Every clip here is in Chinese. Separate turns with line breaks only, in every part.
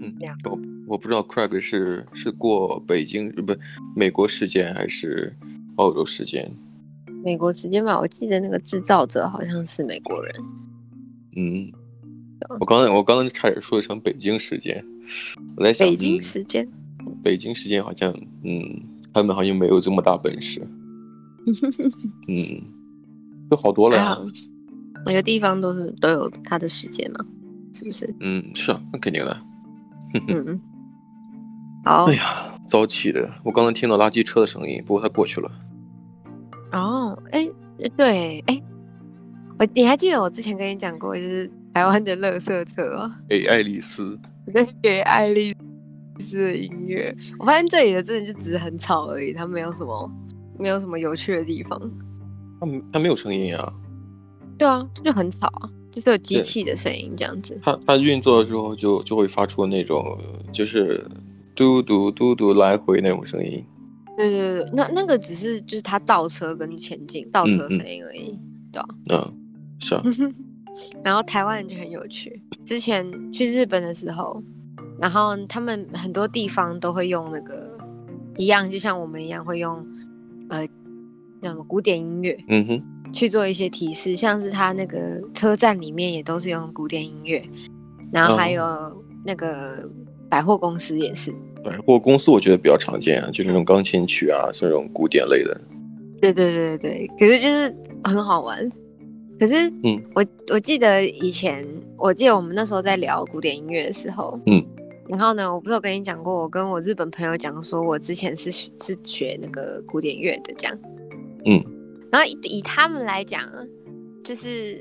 嗯，
两个。
我我不知道 Craig 是是过北京呃不美国时间还是澳洲时间？
美国时间吧，我记得那个制造者好像是美国人。
嗯，我刚才我刚才差点说成北京时间，我在想
北京
嗯
时间，
北京时间好像嗯，他们好像没有这么大本 事，嗯，就好多了
还
呀
好。每个地方都是都有它的时间嘛，是不是？
嗯，是啊，那肯定的。
嗯嗯。好
哎呀，早起的，我刚才听到垃圾车的声音，不过它过去了。
哦，哎，呃对，哎，我你还记得我之前跟你讲过，就是台湾的垃圾车吗？
给哎爱丽丝，
我在给爱丽丝的音乐，我发现这里的真的就只是很吵而已，它没有什么没有什么有趣的地方。
它没它没有声音啊，
对啊，这就很吵啊，就是有机
对
器的声音这样子。
它它运作的时候就就会发出那种就是嘟嘟嘟嘟来回那种声音。
对对对，那那个只是就是它倒车跟前进倒车声音而已。
嗯，是啊，
然后台湾人就很有趣，之前去日本的时候，然后他们很多地方都会用那个一样，就像我们一样会用呃叫什么古典音乐
嗯哼，
去做一些提示，像是他那个车站里面也都是用古典音乐，然后还有那个百货公司也是。
百货公司我觉得比较常见啊，就是那种钢琴曲啊，这种古典类的。
对对对对，对，可是就是很好玩。可是，
嗯，
我我记得以前，我记得我们那时候在聊古典音乐的时候，
嗯，
然后呢，我不是有跟你讲过，我跟我日本朋友讲说，我之前是学是学那个古典乐的，这样，
嗯，
然后以以他们来讲啊，就是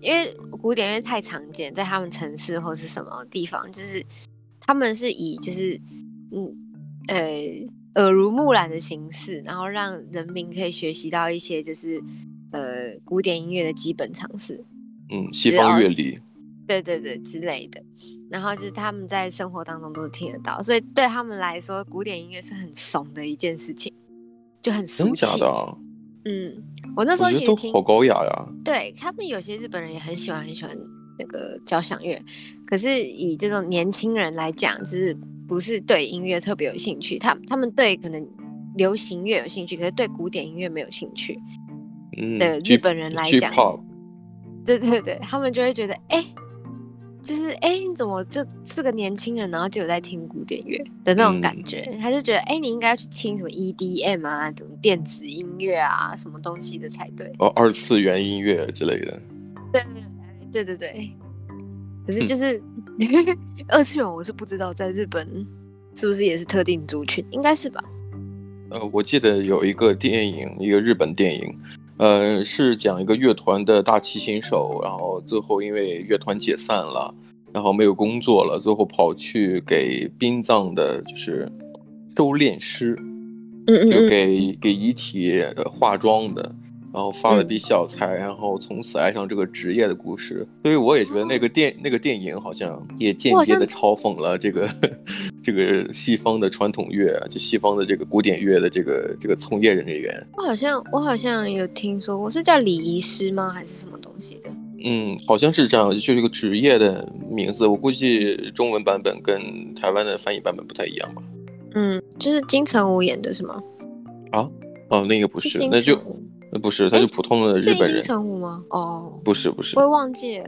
因为古典乐太常见，在他们城市或是什么地方，就是他们是以就是嗯呃耳濡目
嗯
染的形式，然后让人民可以学习到一些就是呃古典音乐的基本常识，
嗯，西方乐理。
对对对之类的。然后就是他们在生活当中都听得到，所以对他们来说，古典音乐是很怂的一件事情，就很
真
俗气
假。的啊？
嗯，我那
我
时候
觉得
其实
都
听
好高雅呀。
对他们有些日本人也很喜欢很喜欢那个交响乐，可是以这种年轻人来讲，就是不是对音乐特别有兴趣，他他们对可能流行乐有兴趣，可是对古典音乐没有兴趣。
嗯
的
，G-
日本人来讲
，G-pop，
对对对，他们就会觉得，哎、就是哎、你怎么就是个年轻人，然后就有在听古典乐的那种感
嗯
觉？他就觉得，哎、你应该去听什么 EDM 啊，什么电子音乐啊，什么东西的才对。
哦，二次元音乐之类的。
对哎对对对，可是就是二次元，我是不知道在日本是不是也是特定族群，应该是吧？
呃，我记得有一个电影，一个日本电影，呃，是讲一个乐团的大提琴手，然后最后因为乐团解散了，然后没有工作了，最后跑去给殡葬的，就是收殓师，
嗯
就
嗯嗯，
给给遗体呃化妆的，然后发了
嗯
笔小财，然后从此爱上这个职业的故事。所以我也觉得那个电那个电影好像也间
哦我好
接的
像
嘲讽了这个这个西方的传统乐啊，就西方的这个古典乐的这个这个从业人员。
我好像我好像有听说过，是叫礼仪师吗？还是什么东西的？
嗯，好像是这样，就是一个职业的名字。我估计中文版本跟台湾的翻译版本不太一样吧？
嗯，就是金城武演的是吗？
哦，那个不
是
是，
金
那就
城武，
呃不是，他就
哎
普通的
是
日本
金
人，
城武吗？哦，
不是不是
我，也忘记了，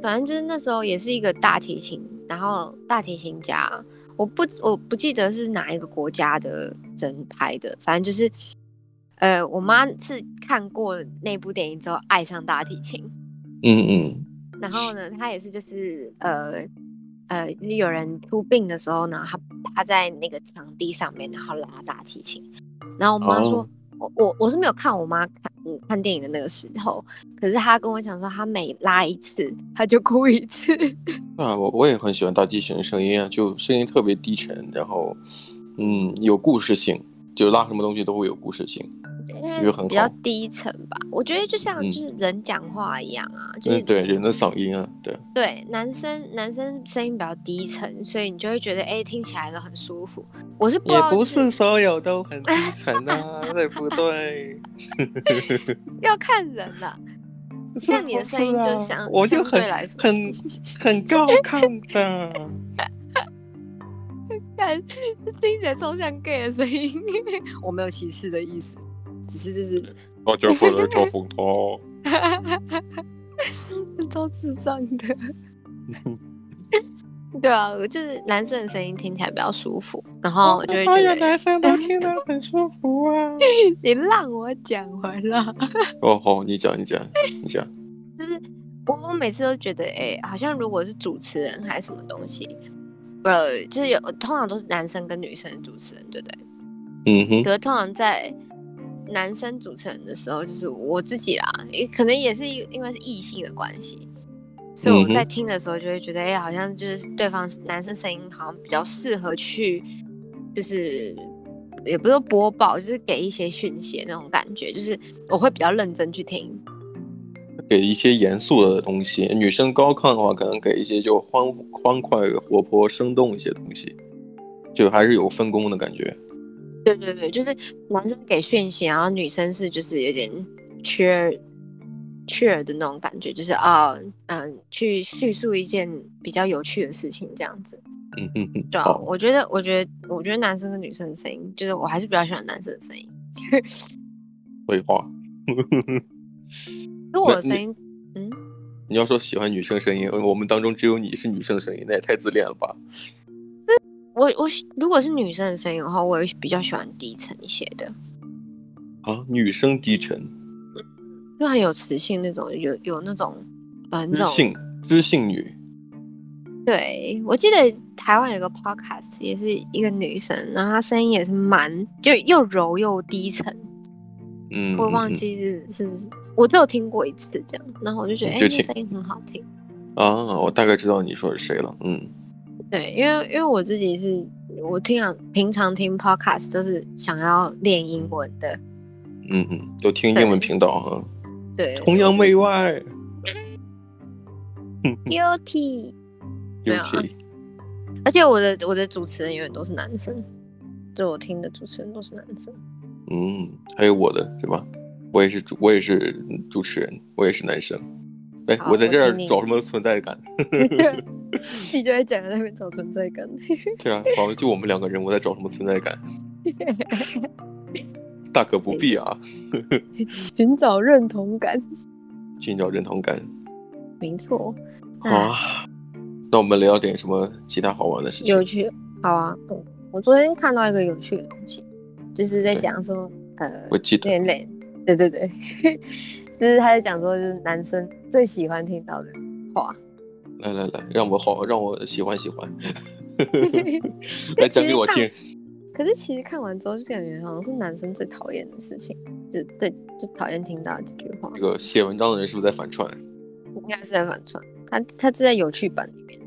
反正就是那时候也是一个大提琴，然后大提琴家，我不我不记得是哪一个国家的人拍的，反正就是，呃，我妈是看过那部电影之后爱上大提琴，
嗯嗯
然后呢，她也是就是呃呃，就是有人出殡的时候呢，她她在那个场地上面，然后拉大提琴，然后我妈说。
哦
我我我是没有看我妈看嗯看电影的那个时候，可是她跟我讲说，她每拉一次，她就哭 一次。
啊，我我也很喜欢大提琴的声音啊，就声音特别低沉，然后，嗯，有故事性，就拉什么东西都会有故事性。
因
觉得
为
很
比较
好
低沉吧。我觉得就像
嗯
就是人讲话一样啊，就
嗯
是，
对，人的嗓音啊，对，
对男生男生声音比较低沉，所以你就会觉得哎、听起来都很舒服。我是不知
也
道
不
就是
是所有都很 低沉啊，对不对？
要看人啦。像你的声音就像，
我就
相
很
对来说
很很高亢的。
看， 听起来超像 gay 的声音。 我没有歧视的意思，只是就是
大家快来嘲讽 他。
超智障的。对啊，我就是男生的声音听起来比较舒服，然后哦我就会觉得
生
都
听得很舒服啊。
你让我讲完了。
哦，好，你讲，你讲，你讲。
就是我我每次都觉得，哎、好像如果是主持人还是什么东西，呃，就是有通常都是男生跟女生主持人，对不对？
嗯哼，
可是通常在男生主持人的时候，就是我自己啦，也可能也是因因为是异性的关系，所以我
嗯哼
在听的时候就会觉得，哎、好像就是对方男生声音好像比较适合去，就是也不是说播报，就是给一些讯息的那种感觉，就是我会比较认真去听。
给一些严肃的东西。女生高亢的话，可能给一些就欢欢快、活泼、生动一些东西，就还是有分工的感觉。
对对对，就是男生给讯息，然后女生是就是有点 cheer cheer 的那种感觉，就是啊嗯、去叙述一件比较有趣的事情这样子。
嗯哼哼，
对啊、
好，
我觉得我觉得我觉得男生跟女生的声音，就是我还是比较喜欢男生的声音，
废话。
因为我的
那
声音
你要说喜欢女生声音，我们当中只有你是女生声音，那也太自恋了吧？
我我喜如果是女生的声音的话，我也比较喜欢低沉一些的，
啊，女生低沉，
就很有磁性那种，有有那种呃那
知
种
性，知性女。
对，我记得台湾有个 podcast 也是一个女生，然后她声音也是蛮就又柔又低沉，
嗯，
我忘
嗯嗯
记是是是，我只有听过一次这样，然后我就觉得哎、
嗯就
那
请
声音很好听。
啊，我大概知道你说是谁了。嗯，
对，因为因为我自己是我听啊，平常听 podcast 都是想要练英文的，
嗯嗯，有听英文频道哈，
对，
崇洋媚外
guilty，没有啊
，guilty。
而且我的我的主持人永远都是男生，就我听的主持人都是男生。
嗯，还有我的，对吧？我也是主，我也是主持人，我也是男生。哎，
好
我在这
啊我
儿
听你
找什么存在感？
你就会讲在那边找存在感。
对啊，好像就我们两个人，我在找什么存在感？大可不必啊，
寻找认同感。
寻找认同感。
没错，
好啊，那我们聊点什么其他好玩的事情
有？趣，好啊。嗯，我昨天看到一个有趣的东西，就是在
对
讲说，呃，
我记
有
得，
点累，对对对， 就是他在讲说，就是男生最喜欢听到的话。
来来来，让我好，让我喜欢喜 欢，来讲给我听。
可是其实看完之后就感觉好像是男生最讨厌的事情，就最最讨厌听到这句话
这，个写文章的人是不是在反串？
应该是在反串，他他是在有趣版里面。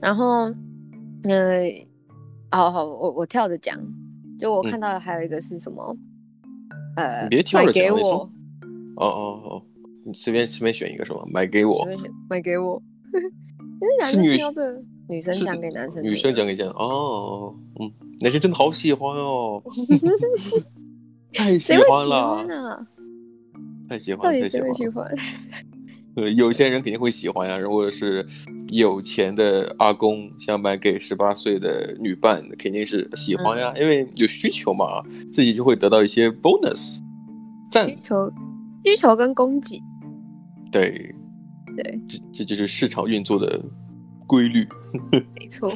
然后，呃，好好，我我跳着讲，就我
嗯
看到的还有一个是什么，
你
呃，
别跳
卖
着讲
给
你
我
从，哦哦哦，你随便随便选一个是吧？买给我。
随便选买给我。 可是男
是
生
女
听到这个，女生
是
讲给男生听的，啊
女生 讲给讲哦，嗯，男生真的好喜欢哦，太喜
谁会
欢
喜
了
欢，啊？
太喜欢，
到
太
底
喜
谁
欢
会喜
了。
欢？
呃有些人肯定会喜欢呀、如果是有钱的阿公想买给十八岁的女伴，肯定是喜欢
嗯
呀、因为有需求嘛，自己就会得到一些 bonus。赞
需，求、需求跟供给，
对，
对，
这这就是市场运作的规律。
没错，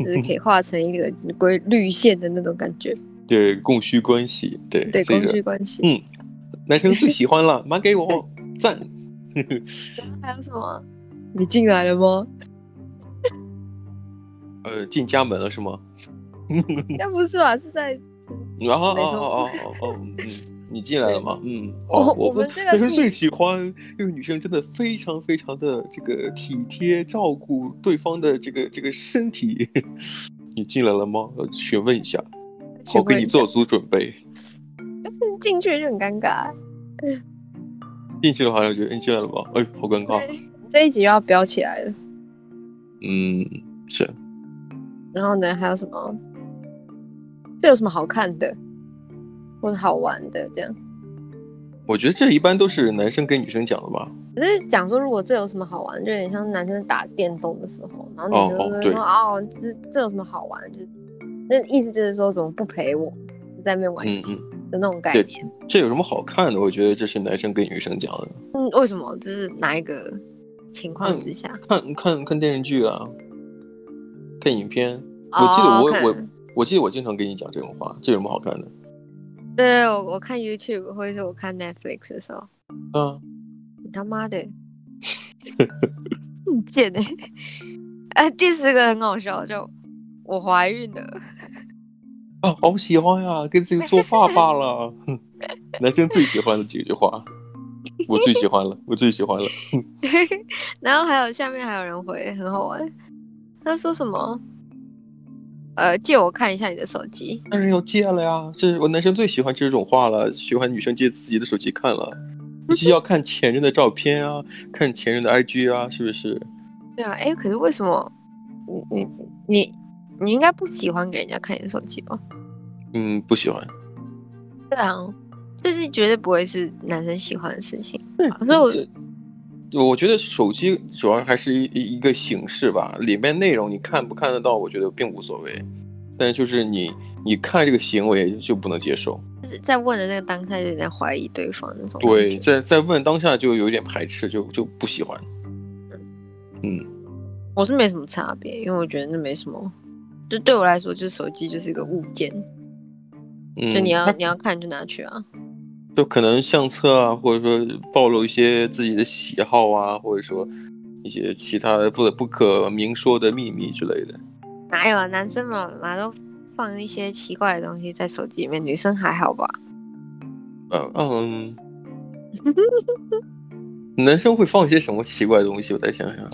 就是 可以画成一个规律线的那种感觉，
对供需关系，对，
对，
所以
供
说
需关系。
嗯，男生最喜欢 了，买给我，赞。
还有什么？你进来了吗？
呃，进家门了是吗？
那不是吧？是在
啊啊
没
啊啊
错
啊！哦嗯，你进来了吗？嗯，
我
哦，
我
不
们这个
男生
地
最喜欢，这个女生真的非常非常的这个体贴，照顾对方的这个这个身体。 你进来了吗？呃询问一下， 我给你做足准备。
进去就很尴尬。欸
进去的话，就觉得你进来了吗？哎，好尴尬。
对，这一集又要飙起来了。
嗯，是
然后呢？还有什么？这有什么好看的，或者好玩的？这样
我觉得这一般都是男生跟女生讲的吧。
只是讲说，如果这有什么好玩，就有点像男生打电动的时候，然后女
哦哦
生就
对
会说：“哦这这有什么好玩？”就是那意思就是说，怎么不陪我，在那边玩
嗯
游戏
嗯，
的那种概
对
念。
这有什么好看的？我觉得这是男生跟女生讲的。
嗯，为什么？这是哪一个情况
嗯
之下？
看看看电视剧啊，看影片。我记得
哦，
我、
可
我
能
我记得我经常跟你讲这种话，这有什么好看的？
对我我看 YouTube 或者是我看 Netflix 的时候，
啊，
你他妈的，你 贱哎、哎，第四个很好笑，就我怀孕了。
啊，好喜欢呀、跟自己做爸爸了。男生最喜欢的几句话，我最喜欢了，我最喜欢了。
然后还有下面还有人回，很好玩。他说什么？呃，借我看一下你的手机。
当然要借了呀，这是我男生最喜欢这种话了，喜欢女生借自己的手机看了，尤其要看前任的照片啊，看前任的 IG 啊，是不是？
对啊，哎，可是为什么你你你你应该不喜欢给人家看你的手机吧？
嗯，不喜欢。
对啊，就是绝对不会是男生喜欢的事情。
对
啊所以我
我我觉得手机主要还是一一一个形式吧，里面内容你看不看得到，我觉得并无所谓，但就是你你看这个行为就不能接受。
就是在问的那个当下就有点怀疑对方那种。
对，，在在问当下就有点排斥，就就不喜欢。
我是没什么差别，因为我觉得那没什么。就对我来说，就是手机就是一个物件，
嗯，
就你要你要看就拿去啊。
就可能相册啊，或者说暴露一些自己的喜好啊，或者说一些其他的不不可明说的秘密之类的。
哪有啊？男生嘛嘛都放一些奇怪的东西在手机里面，女生还好吧？
嗯 嗯，男生会放一些什么奇怪的东西？我再想想。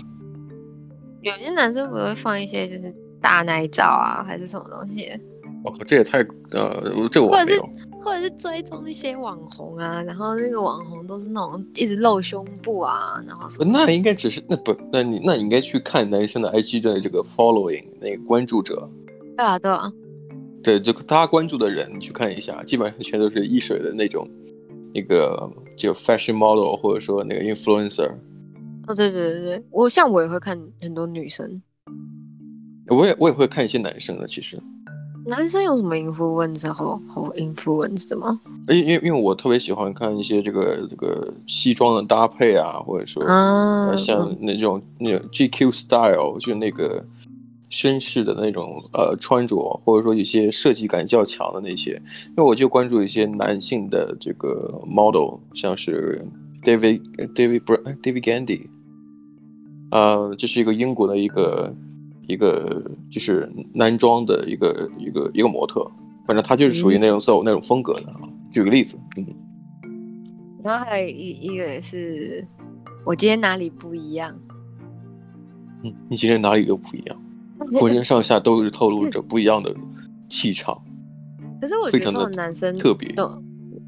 有些男生不会放一些就是大奶照啊，还是什么东西的，
我靠，哦这也太呃，我这我
或者
没
是
有。
或者是追踪一些网红啊，然后那个网红都是那种一直露胸部啊，然后什么
呃那应该只是那不，那你那你应该去看男生的 IG 的这个 following 那个关注者，
对啊对啊，
对，就他关注的人，你去看一下，基本上全都是一水的那种，那个就 fashion model 或者说那个 influencer。
哦对对对对，我像我也会看很多女生，
我也我也会看一些男生的，其实，
男生有什么 influence 好好 influence 的吗？
因因因为我特别喜欢看一些这个这个西装的搭配啊，或者说、
啊，
呃、像那种那种 GQ style，就是那个绅士的那种呃穿着，或者说一些设计感较强的那些，因为我就关注一些男性的这个 model，像是 David David Br David Gandy，呃，这是一个英国的一个一个就是男装的一个一个一个模特，反正他就是属于那种走那种风格的啊。举个例子，嗯，
然后还有一一个也是我今天哪里不一样。
嗯，你今天哪里都 不一样，浑身上下都是透露着不一样的气场，
可是我
非
觉得
常
这种
的
男生
特别。
都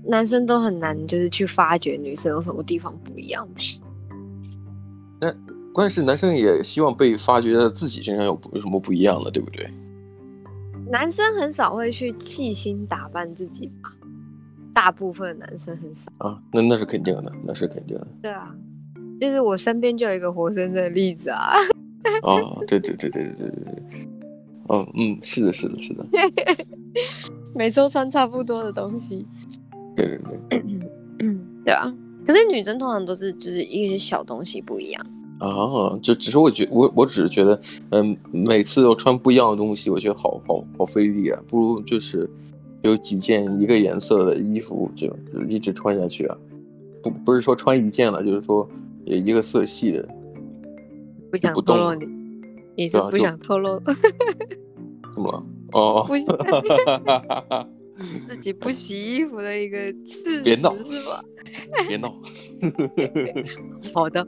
男生都很难，就是去发掘女生有什么地方不一样。
关键是男生也希望被发掘在自己身上有不有什么不一样的，对不对？
男生很少会去细心打扮自己吧，大部分的男生很少。
啊，那那是肯定的，那是肯定的
对啊，就是我身边就有一个活生生的例子啊。
啊！对对对对对对对对，嗯嗯，是的，是的，是的，
每周穿差不多的东西。
对对对
嗯，对啊。可是女生通常都是就是一些小东西不一样。
啊！就只是我觉我我只是觉得，嗯，每次都穿不一样的东西，我觉得好好好费力啊，不如就是有几件一个颜色的衣服就就一直穿下去啊，不不是说穿一件了，就是说也一个色系的，
不想
不
透
动
露你，你是
对啊
不
就
想透露
怎么了？哦
不想
哦，
自己不洗衣服的一个事
别
实
闹
是吧？
别闹。
好的，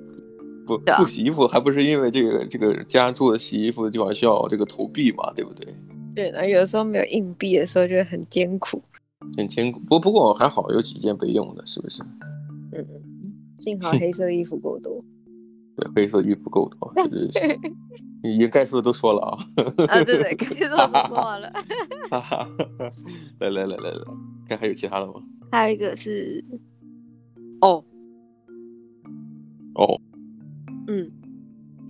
不
对啊
不洗衣服，还不是因为这个这个家住的洗衣服的地方需要这个投币嘛，对不对？
对，然后有的时候没有硬币的时候就会很艰苦。
很艰苦，不不过还好有几件备用的，是不是？
嗯幸好黑色衣服够多
对，黑色衣服够多，真是你应该说的都说了啊。
啊！对对，可以这么说 好了。
哈哈，来来来来来，看还有其他的吗？
还有一个是哦，
哦，
嗯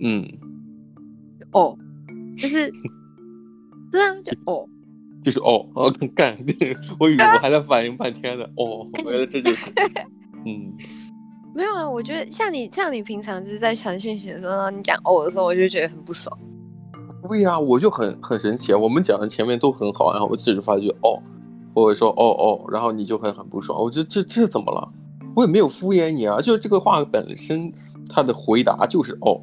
嗯，
哦，就是 这样就哦，
就是哦，哦干， 我以为我还在反应半天呢。哦，原来这就是，嗯，
没有啊。我觉得像你像你平常就是在传讯息的时候，然后你讲哦的时候，我就觉得很不爽。
对呀、我就很很神奇啊。我们讲的前面都很好，然后我只是发觉哦，或者说哦哦，然后你就会很不爽。我觉得这这怎么了？我也没有敷衍你啊，就是这个话本身，它的回答就是哦，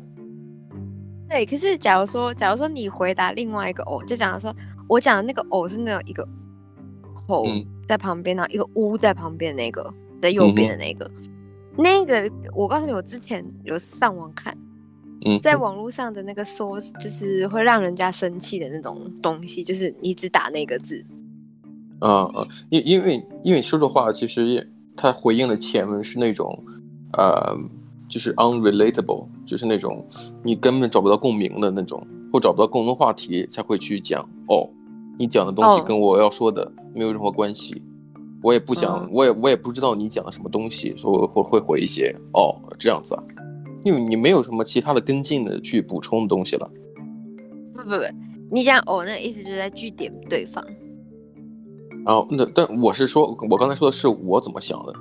对，可是假如说假如说你回答另外一个哦，就讲说我讲的那个哦是那种一个口
嗯
在旁边，然后一个屋在旁边那个在右边的那个，那个我告诉你，我之前有上网看。
嗯，
在网络上的那个 source 就是会让人家生气的那种东西，就是你只打那个字，
啊、啊，因因为因为说实话，其实也它回应的前文是那种，呃，就是 unrelatable，就是那种你根本找不到共鸣的那种，或找不到共同话题才会去讲。哦，你讲的东西
哦
跟我要说的没有任何关系，我也不想，
嗯
我也我也不知道你讲的什么东西，所以我会会回一些哦这样子啊，因为你没有什么其他的跟进的去补充的东西了。
不不不，你讲哦，那个意思就是在据点对方
然后那但我是说，我刚才说的是我怎么想的。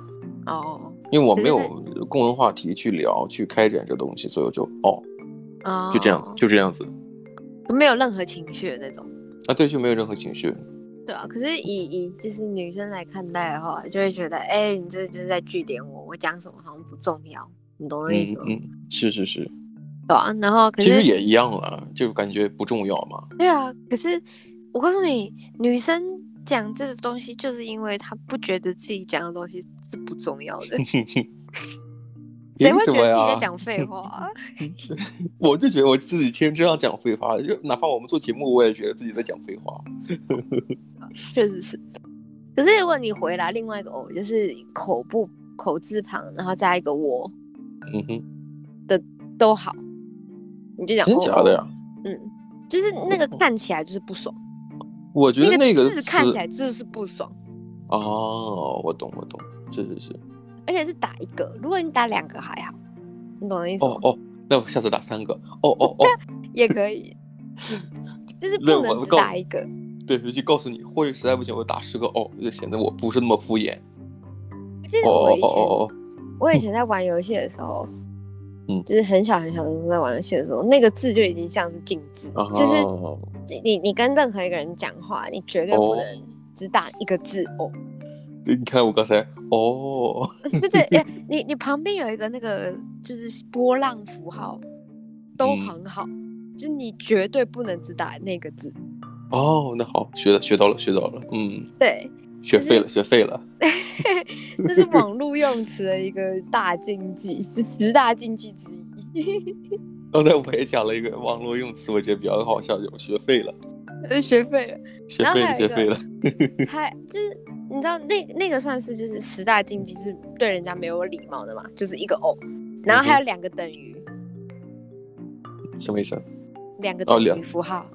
哦
因为我没有
可是
共同话题去聊、去开展这东西，所以我就哦，
哦，
就这样，就这样子
没有任何情绪的那种，
啊，对，就没有任何情绪。
对啊。可是以以就是女生来看待的话，就会觉得，哎、你这就是在据点我，我讲什么好像不重要，你懂我意
嗯
思吗？
嗯，是是是，
对啊。然后可
其实
是
也一样啦，就感觉不重要嘛。
对啊，可是我告诉你，女生。讲这个东西，就是因为她不觉得自己讲的东西是不重要 的，谁
凭
会
什
觉
么
得自己在
呀？
讲废话啊？
我就觉得我自己听这样讲废话，就哪怕我们做节目，我也觉得自己在讲废话。
确实是。可是如果你回答另外一个“哦”，就是口部口字旁，然后加一个“我
嗯哼，”
都好，你就讲
真
哦
假的呀？哦
哦嗯，就是那个看起来就是不爽，
我觉得那
个
个
字
词
看起来就是不爽，
哦，我懂我懂，是是是，
而且是打一个，如果你打两个还好，你懂我意思吗？
哦哦，那我下次打三个，哦哦哦，
也 可以，就是
那
不
我
能只
告
打一个。
对，就告诉你，或者实在不行，我打十个哦，就显得我不是那么敷衍。
我记
哦
得我
哦
以前
哦哦哦，
我以前在玩游戏的时候，
嗯
就是很小很小的时候在玩游戏的时候，那个字就已经像是禁字，
哦
就是你你跟任何一个人讲话，你绝对不
哦
能只打一个字哦。
对你看我刚才哦，
对对，哎你你旁边有一个那个就是波浪符号，都
嗯
很好，就是你绝对不能只打那个字。
哦，那好，学了，学到了，学到了，嗯，
对，
学
就是
废了，学废了。
这是网络用词的一个大禁忌，是十大禁忌之一。
刚才我也讲了一个网络用词，我觉得比较好笑，就学废了，
学废了。
学
然后
废
还
了，
有
学
一个
废了。
还就是你知道那那个算是就是十大禁忌，是对人家没有礼貌的嘛，就是一个哦，然后还
嗯
有两个等于，
什么意思？
两个
哦
等
两
于符号。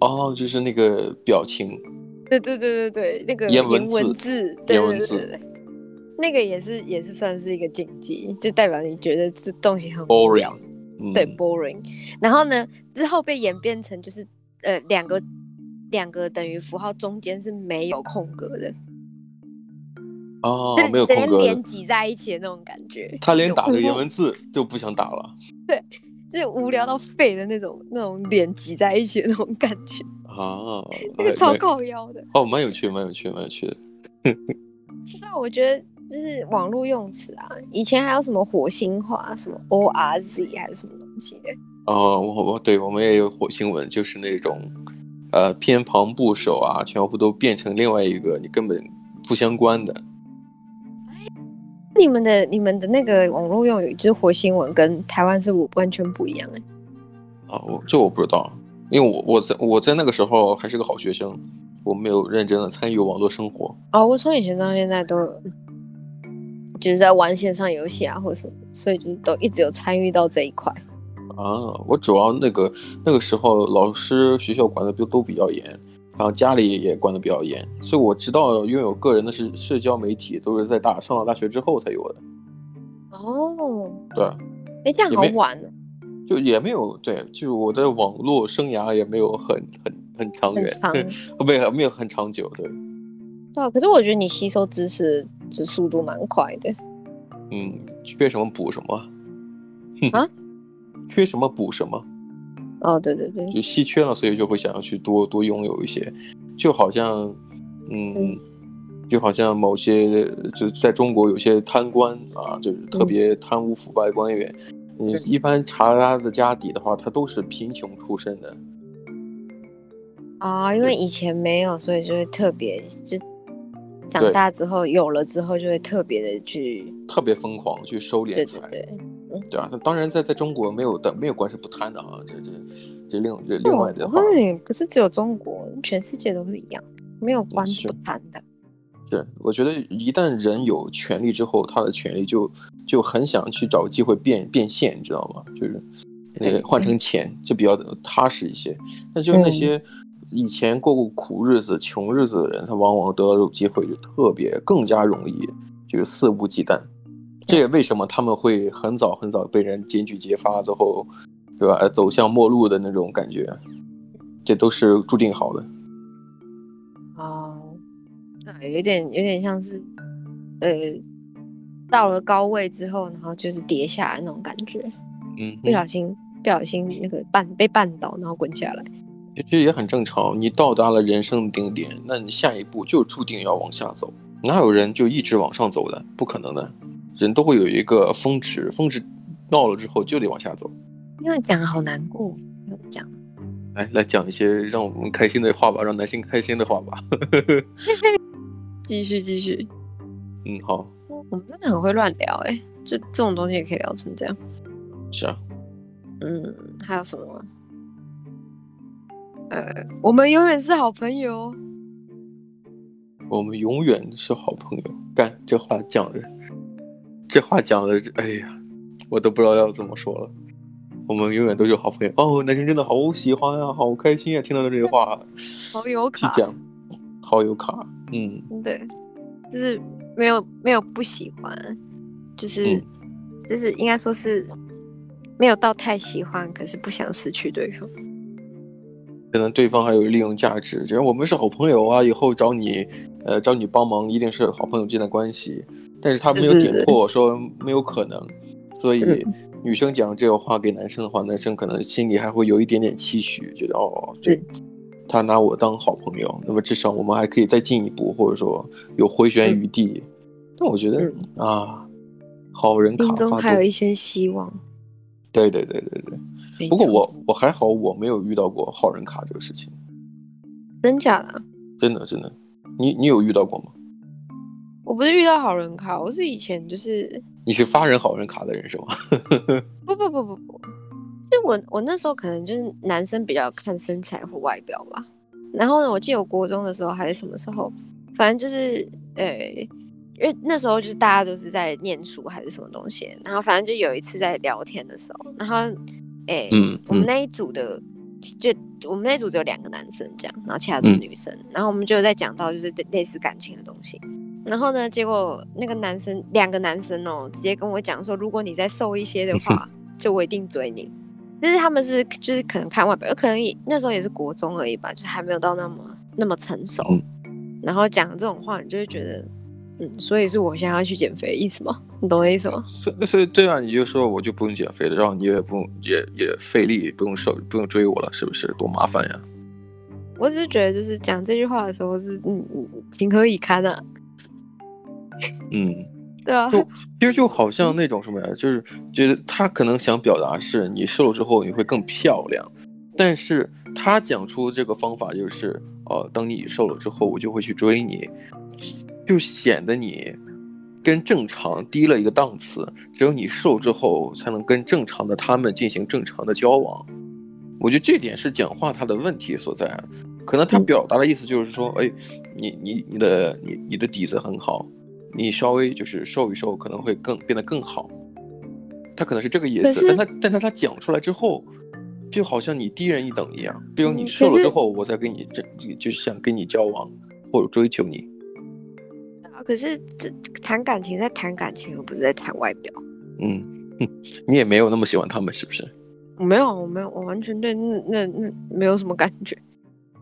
哦，就是那个表情，
对对对对对，那个
颜
颜
文
文
字
字，对
颜
对
文
对
字
对对，那个也是也是算是一个禁忌，就代表你觉得这东西很无
Boring
聊，
嗯，
对 boring。然后呢，之后被演变成就是呃两个两个等于符号中间是没有空格的，
哦
就，
没有
等于
空格
连
的，
挤在一起的那种感觉。
他连
就
打这个
无
颜文字就不想打了
就是无聊到废的那种那种脸挤在一起的那种感觉，
啊，
那个超
蛮
靠腰的。
哦，蛮有趣，蛮有趣，蛮有趣的。
那我觉得就是网络用词啊，以前还有什么火星话，什么 O R Z 还是什么东西的，
哦，我我对我们也有火星文，就是那种，呃，偏旁部首啊，全部都变成另外一个你根本不相关的。
你们的你们的那个网络用语，就是火星文跟台湾是不完全不一样哎、
啊，我这我不知道，因为我我在我在那个时候还是个好学生，我没有认真的参与网络生活。
哦，我从以前到现在都就是在玩线上游戏啊，或者什么，所以就是都一直有参与到这一块。
啊，我主要那个那个时候老师学校管的都都比较严，然后家里也管的比较严，所以我知道拥有个人的社社交媒体都是在大上了大学之后才有的。
哦，
对，啊
哎，这样
也
好
没
玩哦，
就也没有对，就我的网络生涯也没有很很很长
很
远，
长。
没有没有很长久，对，
对啊，可是我觉得你吸收知识的速度蛮快的。
嗯，缺什么补什么，
啊，
缺什么补什么，
哦，对对对，
就稀缺了，所以就会想要去多多拥有一些，就好像，嗯
嗯，
就好像某些就在中国有些贪官啊，就是特别贪污腐败官员，你
嗯对
一般查他的家底的话，他都是贫穷出身的，
啊、因为以前没有，所以就会特别就长
对
大之后有了之后就会特别的去，
特别疯狂去收敛
对
财
对，对，
对啊，那当然在在中国没有的没有官是不贪的啊，这这这另这另外的话，
对，不嗯是只有中国，全世界都是一样，没有官
是
不贪的。
是我觉得一旦人有权利之后，他的权利就就很想去找机会变变现，你知道吗？就是那个
对
换成钱就比较踏实一些。那就是那
嗯
些以前过过苦日子、穷日子的人，他往往得到机会就特别更加容易，就是肆无忌惮。这也为什么他们会很早很早被人检举揭发之后，对吧？呃走向末路的那种感觉，这都是注定好的。
哦，啊，有点有点像是，呃，到了高位之后，然后就是跌下来那种感觉，
嗯
不小心不小心那个绊被绊倒，然后滚下来。
这也很正常。你到达了人生的顶点，那你下一步就注定要往下走。哪有人就一直往上走的？不可能的，人都会有一个峰值，峰值到了之后就得往下走。
因为讲得好难过，没有讲。
来，来讲一些让我们开心的话吧，让男性开心的话吧。
继续继续，
嗯，好，
我们真的很会乱聊哎、就这种东西也可以聊成这样。
是啊，
嗯，还有什么？呃，我们永远是好朋友。哦
我们永远是好朋友。干，这话讲的，这话讲的，哎呀，我都不知道要怎么说了。我们永远都是好朋友。哦，男生真的好喜欢啊，好开心啊，听到这句话。
好友
去
卡
讲好友卡，嗯，
对，就是没有没有不喜欢，就是、
嗯
就是应该说是没有到太喜欢，可是不想失去对方。
可能对方还有利用价值，只要我们是好朋友啊，以后找你，呃，找你帮忙一定是好朋友之间的关系，但是他没有
对
点
对对
破说没有可能，所以
嗯
女生讲这个话给男生的话，男生可能心里还会有一点点期许，觉得哦，这
对
他拿我当好朋友，那么至少我们还可以再进一步，或者说有回旋余地。但我觉得、
嗯
啊，好人卡
心
发
中还有
多，
一些希望。
对对对对对。
没
不过
错
我我还好，我没有遇到过好人卡这个事情，
真假的啊、
真的真的。你你有遇到过吗？
我不是遇到好人卡，我是以前就是
你是发人好人卡的人是吗？
不不不不不，就我我那时候可能就是男生比较看身材或外表吧。然后呢，我记得我国中的时候还是什么时候，反正就是呃、因为那时候就是大家都是在念书还是什么东西，然后反正就有一次在聊天的时候，然后呃诶、
嗯
我们那一组的就我们那一组只有两个男生这样，然后其他都是
嗯
女生，然后我们就有在讲到就是类类似感情的东西。然后呢，结果那个男生两个男生哦，直接跟我讲说，如果你再瘦一些的
嗯
话， 就我一定追你。但是他们是就是可能看外表，可能也那时候也是国中而已吧，就是还没有到那么那么成熟。
嗯
然后讲这种话，你就会觉得，嗯，所以是我现在要去减肥，意思吗？你懂我的意思吗？
所以所以对啊，你就说我就不用减肥了，然后你也不用也也费力，不用受不用追我了，是不是？多麻烦呀！
我只是觉得，就是讲这句话的时候是，嗯嗯，情何以堪啊？
嗯，
对啊，
就其实就好像那种什么呀，就是觉得他可能想表达是你瘦了之后你会更漂亮，但是他讲出这个方法就是，呃，当你瘦了之后，我就会去追你，就显得你跟正常低了一个档次。只有你瘦之后，才能跟正常的他们进行正常的交往。我觉得这点是讲话他的问题所在啊，可能他
嗯
表达的意思就是说，哎，你你你的你你的底子很好，你稍微就是瘦一瘦，可能会更变得更好。他可能是这个意
可
思，
是
但他但他他讲出来之后，就好像你低人一等一样，只有你
嗯
瘦
可
了
是
之后，我才跟你这就想跟你交往或者追求你。
可是这谈感情在谈感情，而不是在谈外表。
嗯，哼你也没有那么喜欢他们，是不是？
没有，我没有，我完全对那那那没有什么感觉。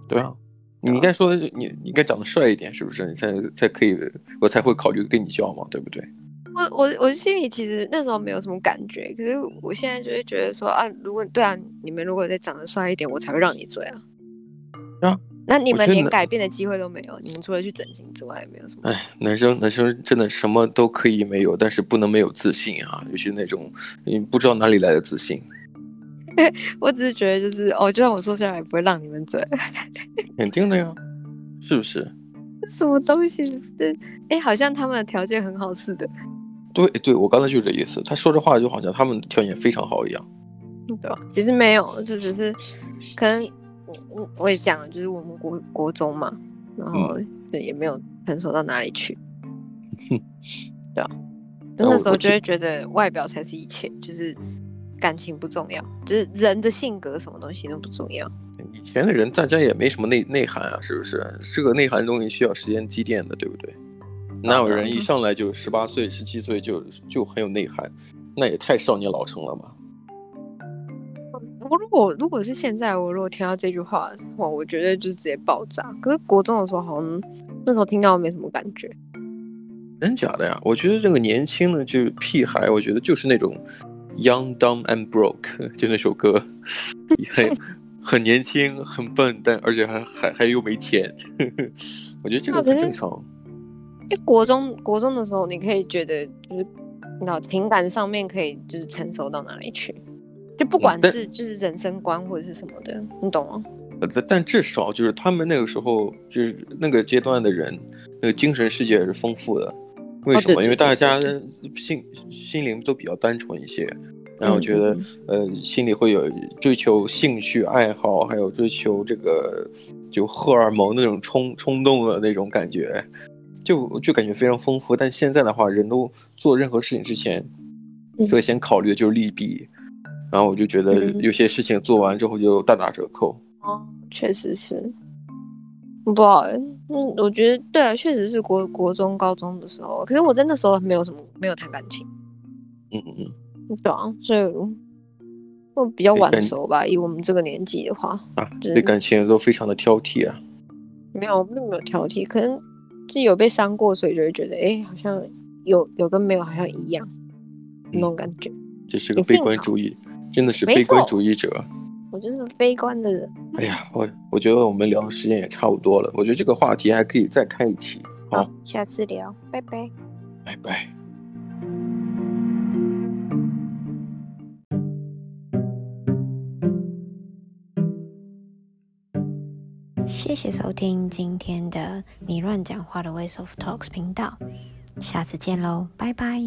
对啊，你应该说你你应该长得帅一点，是不是？你才才可以，我才会考虑跟你交往嘛，对不对？
我我我心里其实那时候没有什么感觉，可是我现在就会觉得说啊，如果对啊，你们如果再长得帅一点，我才会让你追啊。
啊
那你
我
们
觉得
连
呢
改变的机会都没有，你们除了去整形之外，也没 有什么。
哎，男生男生真的什么都可以没有，但是不能没有自信啊，尤其那种你不知道哪里来的自信。
我只是觉得就是哦，就算我瘦下来，也不会让你们追。
肯定的呀，是不是？
什么东西？这哎、好像他们的条件很好似的，
对对，我刚才就是这意思。他说这话就好像他们条件非常好一样。
对吧？嗯其实没有，就只是可能我我我也讲了，就是我们国国中嘛，然后
嗯
就也没有成熟到哪里去，对啊。
但
那
我
那时候
我记
就会觉得外表才是一切，就是感情不重要，就是人的性格什么东西都不重要。
以前的人大家也没什么内内涵啊，是不是？这个内涵的东西需要时间积淀的，对不对？哪有人一上来就十八岁、十七岁就就很有内涵？那也太少年老成了吧？
我如果如果是现在，我如果听到这句话的话，我觉得就直接爆炸。可是国中的时候，好像那时候听到没什么感觉。
真假的呀？我觉得这个年轻的就是屁孩，我觉得就是那种 young, dumb and broke，就 那首歌，很 很年轻，很笨，但而且还还还又没钱， 我觉得这个
啊可
很
是
正常。
因为国中国中的时候，你可以觉得就是，那情感上面可以就是成熟到哪里去，就不管
嗯但
是就是人生观或者是什么的，你懂吗？
呃但但至少就是他们那个时候，就是那个阶段的人，那个精神世界是丰富的。为
哦
什么？
对
因为
对对
大
对
家
对
心心灵都比较单纯一些，然后
嗯
觉得
嗯
呃心里会有追求兴趣爱好，还有追求这个就荷尔蒙那种冲冲动的那种感觉，就就感觉非常丰富。但现在的话，人都做任何事情之前，
嗯
首先考虑的就是利弊，然后我就觉得
嗯
有些事情做完之后就大打折扣。
哦，确实是，不好、欸。嗯，我觉得对啊，确实是国国中高中的时候，可是我在那时候没有什么没有谈感情，
嗯嗯嗯。
对啊，所以我比较
哎
晚
感
熟吧。以我们这个年纪的话，
啊，
就是
对感情都非常的挑剔啊。
没有并没有挑剔，可能自己有被伤过，所以就会觉得哎、诶好像有有跟没有好像一样。那种感觉，
这是个
也
悲
幸
观
好
主义，真的是
没
悲观
错
主义者。
我就是个悲观的人。
哎呀，我我觉得我们聊的时间也差不多了，我觉得这个话题还可以再开一期。好，，
下次聊，拜拜。
拜拜。
谢谢收听今天的你乱讲话的 Ways of Talks 频道，下次见喽，拜拜。